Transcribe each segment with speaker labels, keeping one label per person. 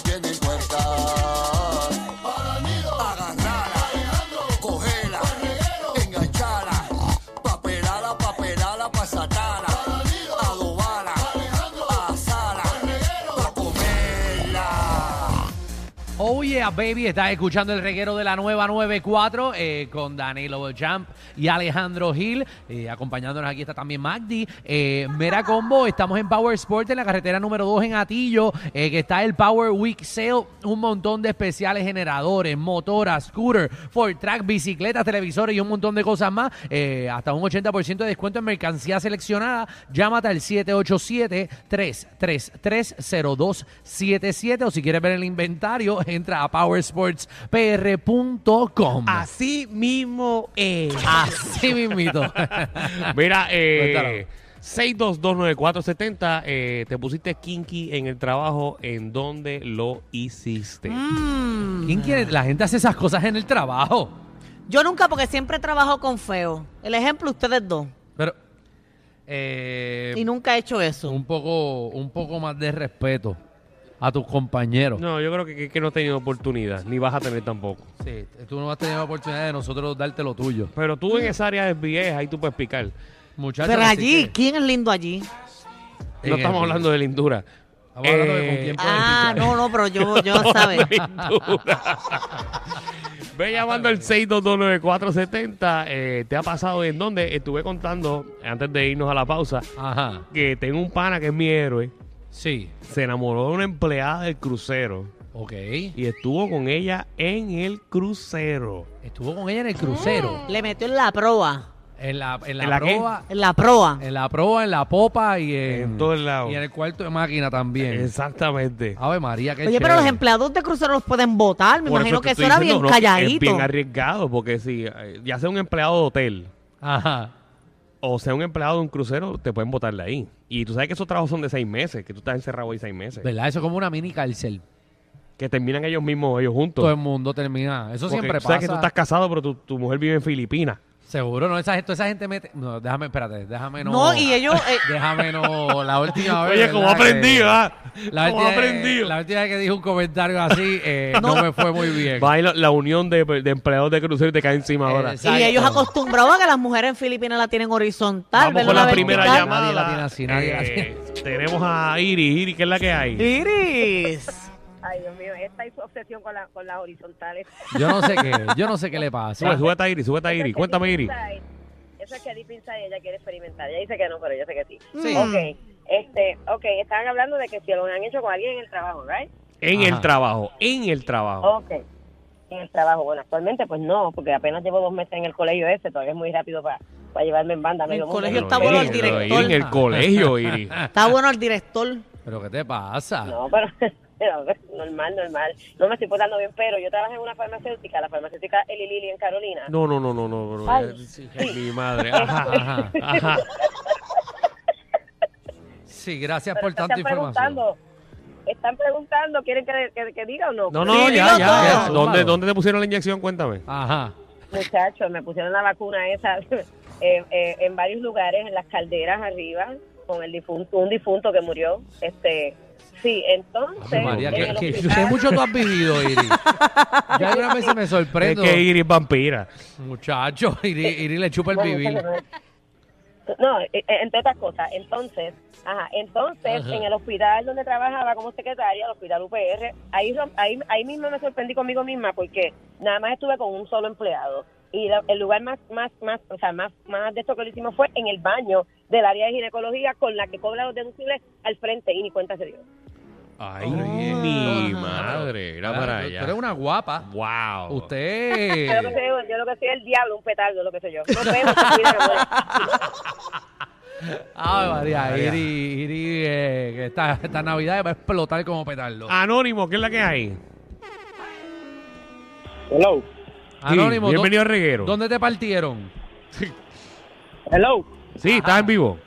Speaker 1: tiene puerta. Agarrala, cogela, enganchala, papelala, papelala, pasatala, adobala, asala, pa' comerla.
Speaker 2: Oh yeah, baby, estás escuchando el reguero de la nueva 94 eh, con Danilo Jump y Alejandro Gil. Eh, acompañándonos aquí está también Magdi. Eh, Mera Combo, estamos en Power Sport en la carretera número 2 en Atillo, eh, que está el Power Week Sale. Un montón de especiales generadores, motoras, scooter, Ford Track, bicicletas, televisores y un montón de cosas más. Eh, hasta un 80% de descuento en mercancía seleccionada. Llámate al 787-333-0277 o si quieres ver el inventario, entra a powersportspr.com.
Speaker 3: Así mismo es.
Speaker 2: Así mismito.
Speaker 4: Mira,
Speaker 2: Cuéntalo.
Speaker 4: eh, 6229470, eh, te pusiste kinky en el trabajo, ¿en dónde lo hiciste?
Speaker 3: Mm.
Speaker 2: ¿Quién quiere? La gente hace esas cosas en el trabajo.
Speaker 3: Yo nunca, porque siempre trabajo con feo. El ejemplo, ustedes dos.
Speaker 2: Pero... eh,
Speaker 3: Y nunca he hecho eso.
Speaker 2: un poco, un poco más de respeto a tus compañeros.
Speaker 4: No, yo creo que, que no he tenido oportunidad, ni vas a tener tampoco.
Speaker 2: Sí, tú no has tenido la oportunidad de nosotros darte lo tuyo.
Speaker 4: Pero tú
Speaker 3: Mm.
Speaker 4: en esa área es vieja, ahí tú puedes picar.
Speaker 2: Muchachos,
Speaker 3: Pero
Speaker 2: así
Speaker 3: allí,
Speaker 2: que-
Speaker 3: ¿quién es lindo allí?
Speaker 4: No estamos hablando de lindura.
Speaker 2: Estamos hablando de con quién puedes
Speaker 3: Ah, no, no, pero yo, yo, ¿sabes?
Speaker 4: Ve llamando al 6229470. Eh, ¿Te ha pasado en dónde? Estuve contando, antes de irnos a la pausa,
Speaker 2: Ajá,
Speaker 4: que tengo un pana que es mi héroe.
Speaker 2: sí,
Speaker 4: Se enamoró de una empleada del crucero
Speaker 2: ok.
Speaker 4: y estuvo con ella en el crucero.
Speaker 2: Estuvo con ella en el crucero,
Speaker 3: Le metió en la proa.
Speaker 2: en la, en la,
Speaker 4: ¿En la qué?
Speaker 2: proa,
Speaker 3: En la proa.
Speaker 2: en la proa, en la popa y en,
Speaker 4: En todos lados.
Speaker 2: Mm. Y Ah, en el cuarto de máquina también.
Speaker 4: Exactamente.
Speaker 2: Ave María, qué
Speaker 3: Oye, pero los
Speaker 2: chévere.
Speaker 3: empleados de crucero los pueden votar. Me
Speaker 4: Por
Speaker 3: imagino
Speaker 4: te
Speaker 3: que eso
Speaker 4: estoy
Speaker 3: era
Speaker 4: diciendo,
Speaker 3: bien
Speaker 4: no, Es
Speaker 3: calladito.
Speaker 4: bien arriesgado porque si eh, ya sea un empleado de hotel
Speaker 2: Ajá.
Speaker 4: o sea un empleado de un crucero, te pueden botar de ahí. Y tú sabes que esos trabajos son de seis meses, que tú estás encerrado ahí seis meses.
Speaker 2: ¿Verdad? Eso es como una mini cárcel.
Speaker 4: Que terminan ellos mismos, ellos juntos.
Speaker 2: Todo el mundo termina. Eso
Speaker 4: Porque
Speaker 2: siempre
Speaker 4: tú sabes
Speaker 2: pasa.
Speaker 4: que tú estás casado, pero tu, tu mujer vive en Filipinas.
Speaker 2: Seguro, no, esa, gente- esa gente mete. No, déjame, espérate, déjame no.
Speaker 3: No, y ellos, eh,
Speaker 2: Déjame no. La última vez.
Speaker 4: Oye, como
Speaker 2: ¿verdad?
Speaker 4: aprendí,
Speaker 2: que-
Speaker 4: ¿ah?
Speaker 2: La
Speaker 4: Como
Speaker 2: última,
Speaker 4: aprendí.
Speaker 2: la última vez que dije un comentario así, eh, no. me fue muy bien.
Speaker 4: Va ahí la, la unión de, de empleados de crucero y te cae encima ahora.
Speaker 2: Exacto.
Speaker 3: y ellos acostumbrados a que las mujeres en Filipinas la tienen horizontal.
Speaker 4: Vamos
Speaker 3: ¿verdad?
Speaker 4: con la
Speaker 2: verlo
Speaker 4: primera
Speaker 2: vertical.
Speaker 4: llamada.
Speaker 2: Nadie
Speaker 4: Eh,
Speaker 2: la tiene así, nadie la
Speaker 4: Tenemos a Iris. Iris, ¿qué es la que hay?
Speaker 3: Iris.
Speaker 5: Ay, Dios mío, esta es su obsesión con, la, con las horizontales.
Speaker 2: Yo no sé qué, yo no sé qué le pasa.
Speaker 4: Sube, súbete a Iris, súbete a
Speaker 5: Eso es
Speaker 4: Iris.
Speaker 5: que
Speaker 4: Cuéntame,
Speaker 5: Deep
Speaker 4: Iris.
Speaker 5: Inside- Eso es que Deep Inside ella quiere experimentar. Ella dice que no, pero yo sé que sí.
Speaker 2: Sí.
Speaker 5: Ok, este, ok, estaban hablando de que si lo han hecho con alguien en el trabajo, ¿right?
Speaker 4: En
Speaker 2: Ajá.
Speaker 4: el trabajo, en el trabajo.
Speaker 5: Ok. En el trabajo, bueno, actualmente pues no, porque apenas llevo dos meses en el colegio ese, todavía es muy rápido para llevarme en banda.
Speaker 3: En
Speaker 5: medio
Speaker 3: el
Speaker 5: mundo.
Speaker 4: Pero
Speaker 3: colegio está bueno el
Speaker 4: Iris, pero
Speaker 3: director.
Speaker 4: Iris, En el colegio, Iris.
Speaker 3: Está bueno el director.
Speaker 2: ¿Pero qué te pasa?
Speaker 5: No, pero, pero normal, normal. No me estoy portando bien, pero yo trabajé en una farmacéutica, la farmacéutica Eli Lilly en Carolina.
Speaker 4: No, no, no, no, no. bro.
Speaker 5: Ay.
Speaker 4: Eh, sí, ay, mi madre. Ajá,
Speaker 2: Ajá.
Speaker 4: ajá.
Speaker 2: Sí, gracias
Speaker 5: Pero
Speaker 2: por
Speaker 5: están
Speaker 2: tanta información.
Speaker 5: preguntando, están preguntando, ¿quieren que, que- que diga o no?
Speaker 4: No,
Speaker 3: Sí,
Speaker 4: no, ya,
Speaker 3: dilo
Speaker 4: ya.
Speaker 2: todo.
Speaker 4: ¿Dónde, ¿Dónde te pusieron la inyección? Cuéntame.
Speaker 2: Ajá.
Speaker 5: Muchachos, me pusieron la vacuna esa eh, eh, en varios lugares, en las calderas arriba, con el difunto, un difunto que murió. Este, sí, entonces.
Speaker 2: Ave María,
Speaker 5: en
Speaker 2: ¿qué,
Speaker 5: el
Speaker 2: qué-
Speaker 5: hospital-
Speaker 2: qué mucho tú has vivido, Iri. Ya algunas veces me
Speaker 4: Es
Speaker 2: sorprendo.
Speaker 4: que Iris es vampira.
Speaker 2: Muchacho, Iri, Iri le chupa el
Speaker 5: Bueno,
Speaker 2: vivir.
Speaker 5: No, eh, eh, entre otras cosas. Entonces, ajá, entonces
Speaker 2: Ajá.
Speaker 5: en el hospital donde trabajaba como secretaria, el hospital UPR, ahí, rom- ahí, ahí mismo me sorprendí conmigo misma porque nada más estuve con un solo empleado. Y la- el lugar más, más, más, o sea, más, más de esto que lo hicimos fue en el baño del área de ginecología con la que cobra los deducibles al frente y ni cuenta se dio.
Speaker 4: Ay,
Speaker 3: Ah.
Speaker 4: mi madre. Era
Speaker 2: Claro,
Speaker 4: para
Speaker 2: tú-
Speaker 4: allá.
Speaker 2: Tú eres una guapa.
Speaker 4: Wow.
Speaker 5: Yo lo que
Speaker 2: Usted.
Speaker 5: soy, yo lo que soy el diablo, un petardo, lo que soy yo. Nos vemos, se cuidan, amores.
Speaker 2: Ay, María,
Speaker 4: María.
Speaker 2: Iri, Iri, eh, que esta, esta Navidad va a explotar como petardo.
Speaker 4: Ah, Anónimo, ¿qué es la que hay?
Speaker 6: Hello.
Speaker 2: Anónimo,
Speaker 4: Sí,
Speaker 2: ¿dó-
Speaker 4: bienvenido al reguero.
Speaker 2: ¿dónde te partieron?
Speaker 6: Hello.
Speaker 4: Sí, estás en vivo.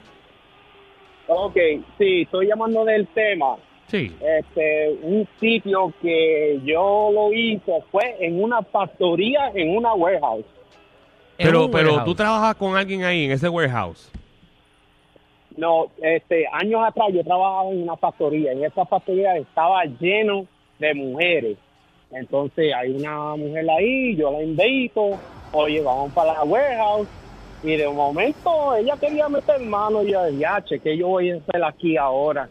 Speaker 6: Ok, sí, estoy llamando del tema.
Speaker 4: Sí.
Speaker 6: Este, un sitio que yo lo hice fue en una factoría, en una warehouse.
Speaker 2: En
Speaker 4: Pero,
Speaker 2: un
Speaker 4: pero
Speaker 2: warehouse.
Speaker 4: tú trabajas con alguien ahí en ese warehouse.
Speaker 6: No, este, años atrás yo trabajaba en una factoría. En esa factoría estaba lleno de mujeres. Entonces hay una mujer ahí, yo la invito, oye, vamos para la warehouse. Y de momento ella quería meter mano y yo dije, "Ya, che, ¿qué yo voy a hacer aquí ahora?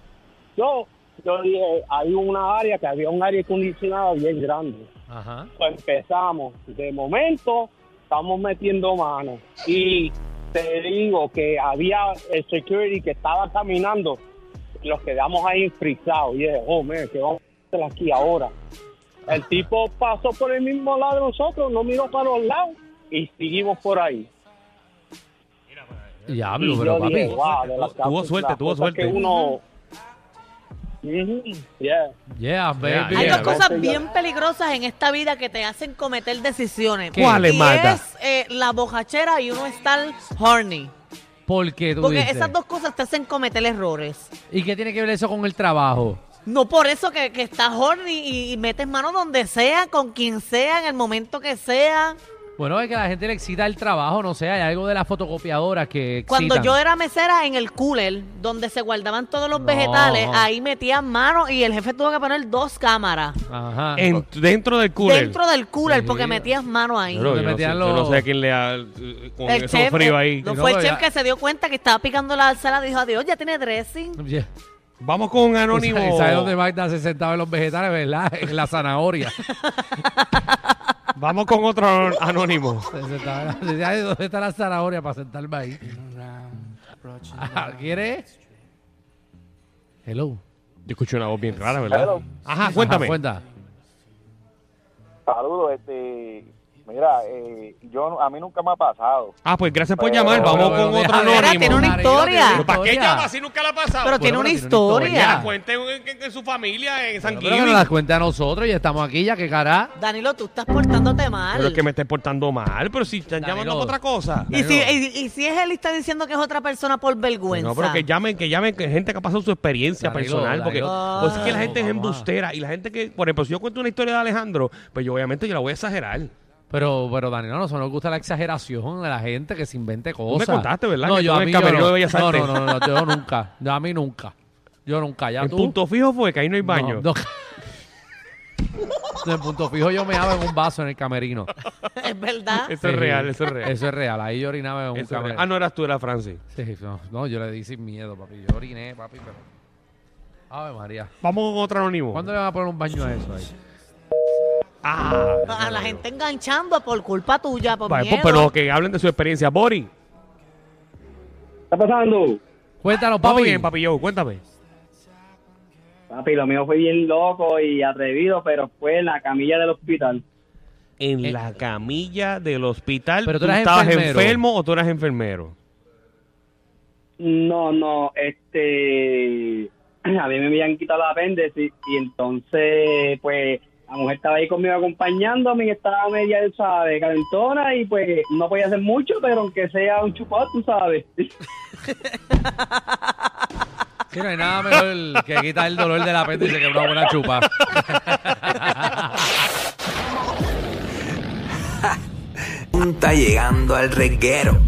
Speaker 6: Yo, yo dije, hay una área que había un área acondicionada bien grande.
Speaker 2: Ajá.
Speaker 6: Pues empezamos. De momento, estamos metiendo mano. Y te digo que había el security que estaba caminando. y Los quedamos ahí frisados. Y dije, oh, man, ¿qué vamos a hacer aquí ahora? El tipo pasó por el mismo lado de nosotros, no miró para los lados y seguimos por ahí.
Speaker 2: Diablo,
Speaker 6: Y
Speaker 2: pero
Speaker 6: yo
Speaker 2: papi.
Speaker 6: dije, wow, de las
Speaker 4: Tuvo
Speaker 6: cosas-
Speaker 4: suerte,
Speaker 6: las
Speaker 4: tuvo
Speaker 6: cosas
Speaker 4: suerte.
Speaker 6: Que uno... Ujú, yeah.
Speaker 2: Yeah, baby.
Speaker 3: Hay
Speaker 4: Yeah,
Speaker 3: dos cosas
Speaker 6: ¿ves?
Speaker 3: bien peligrosas en esta vida que te hacen cometer decisiones.
Speaker 4: ¿Qué? ¿Cuáles,
Speaker 3: Y
Speaker 4: Magda?
Speaker 3: es eh, la bojachera y uno estar horny.
Speaker 2: ¿Por qué tú
Speaker 3: Porque
Speaker 2: dices?
Speaker 3: esas dos cosas te hacen cometer errores.
Speaker 2: ¿Y qué tiene que ver eso con el trabajo?
Speaker 3: No por eso que, que estás horny y, y metes mano donde sea, con quien sea, en el momento que sea.
Speaker 2: Bueno, es que a la gente le excita el trabajo, no sé, hay algo de las fotocopiadoras que excitan.
Speaker 3: Cuando yo era mesera en el cooler, donde se guardaban todos los
Speaker 2: No.
Speaker 3: vegetales, ahí metían mano y el jefe tuvo que poner dos cámaras
Speaker 2: Ajá.
Speaker 4: En- dentro del cooler.
Speaker 3: dentro del cooler
Speaker 2: Sí.
Speaker 3: porque metías mano ahí.
Speaker 4: Yo no-
Speaker 2: Donde
Speaker 4: yo no sé,
Speaker 2: metían
Speaker 4: yo
Speaker 2: los-
Speaker 4: no sé quién le ha... Con
Speaker 3: El
Speaker 4: eso
Speaker 3: chef, eh,
Speaker 4: frío ahí.
Speaker 3: No,
Speaker 2: No,
Speaker 3: fue el
Speaker 2: pero
Speaker 3: chef
Speaker 2: ya-
Speaker 3: que se dio cuenta que estaba picando la salsa, dijo adiós, ya tiene dressing.
Speaker 2: Yeah.
Speaker 4: Vamos con un anónimo.
Speaker 2: ¿Y ¿Sabes dónde Magda se sentaba en los vegetales, verdad? En la zanahoria.
Speaker 4: Vamos con otro anon- anónimo.
Speaker 2: Se sentaba en la- decía, "Ay, ¿Dónde está la zanahoria para sentarme ahí? Ah, ¿Quieres? Hello.
Speaker 4: Yo escuché una voz bien rara, ¿verdad?
Speaker 7: Hello.
Speaker 4: Ajá, cuéntame.
Speaker 2: Ajá, cuenta.
Speaker 7: Saludos, este, mira, eh, yo no- a mí nunca me ha pasado.
Speaker 4: Ah, pues gracias por
Speaker 7: Pero-
Speaker 4: llamar.
Speaker 7: pero-
Speaker 4: Vamos
Speaker 2: Pero,
Speaker 4: con
Speaker 2: pero
Speaker 4: otro
Speaker 2: deja-
Speaker 4: anónimo.
Speaker 3: Mira, tiene una
Speaker 2: Mario, tiene
Speaker 3: historia.
Speaker 4: ¿Pero para qué
Speaker 2: historia.
Speaker 4: llama si nunca la ha pasado?
Speaker 3: Pero tiene
Speaker 2: pero
Speaker 3: una
Speaker 2: tiene una historia.
Speaker 4: Ya,
Speaker 3: historia.
Speaker 4: cuente en, en- en su familia, en San
Speaker 2: Pero que nos las cuente a nosotros y estamos aquí ya que cara.
Speaker 3: Danilo, tú estás portándote mal.
Speaker 4: Pero es que me esté portando mal, pero si están
Speaker 2: Danilo.
Speaker 4: llamando por otra cosa.
Speaker 3: y, si, y- y si es él y está diciendo que es otra persona por vergüenza.
Speaker 4: Pues No, pero que llamen, que llamen que gente que ha pasado su experiencia
Speaker 2: Danilo,
Speaker 4: personal, porque
Speaker 2: Danilo.
Speaker 4: pues es que la
Speaker 2: Ah.
Speaker 4: gente es
Speaker 2: Vamos a-
Speaker 4: embustera y la gente que, por ejemplo, si yo cuento una historia de Alejandro, pues yo obviamente yo la voy a exagerar.
Speaker 2: Pero, pero Danilo, no, nos gusta la exageración de la gente que se invente cosas.
Speaker 4: contaste, ¿verdad?
Speaker 2: No,
Speaker 4: Que
Speaker 2: yo
Speaker 4: tú
Speaker 2: a
Speaker 4: en
Speaker 2: mí
Speaker 4: el
Speaker 2: yo
Speaker 4: camerino
Speaker 2: no.
Speaker 4: de Bellas
Speaker 2: No,
Speaker 4: Artes.
Speaker 2: no, no, no, yo nunca. Yo a mí nunca. Yo nunca, ya
Speaker 4: El
Speaker 2: tú.
Speaker 4: punto fijo fue que ahí no hay
Speaker 2: No,
Speaker 4: baño.
Speaker 2: no. No, en punto fijo yo me meaba en un vaso en el camerino.
Speaker 3: Es verdad.
Speaker 4: Eso es
Speaker 2: Sí.
Speaker 4: real, eso es real.
Speaker 2: Eso es real. Ahí yo orinaba en un
Speaker 4: Eso es real.
Speaker 2: camerino.
Speaker 4: Ah, no eras tú, era Francis.
Speaker 2: Sí, no, no, yo le di sin miedo, papi. Yo oriné, papi, pero... Ave María.
Speaker 4: Vamos con otro anónimo.
Speaker 2: ¿Cuándo le van a poner un baño a eso ahí?
Speaker 4: Ah,
Speaker 3: A la gente enganchando por culpa tuya, por
Speaker 4: Vale,
Speaker 3: miedo.
Speaker 4: pues, pero que hablen de su experiencia. Bori,
Speaker 6: ¿Qué está pasando?
Speaker 2: Cuéntanos,
Speaker 4: papi,
Speaker 2: papi.
Speaker 4: bien, papi, yo, cuéntame.
Speaker 6: Papi, lo mío fue bien loco y atrevido, pero fue en la camilla del hospital.
Speaker 4: En la camilla del hospital,
Speaker 2: Eh. Pero tú
Speaker 4: tú,
Speaker 2: eras
Speaker 4: estabas
Speaker 2: enfermero.
Speaker 4: enfermo o tú eras enfermero.
Speaker 6: No, no, este. A mí me habían quitado la apéndice y entonces, pues, la mujer estaba ahí conmigo acompañándome y estaba media, tú ¿sabes? Calentona y pues no podía hacer mucho, pero aunque sea un chupado, tú sabes.
Speaker 2: Sí, no hay nada mejor que quitar el dolor del apéndice que una buena chupa.
Speaker 8: Está llegando al reguero.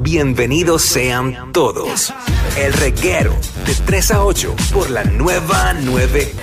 Speaker 8: Bienvenidos sean todos. El reguero de 3 a 8 por la nueva 9.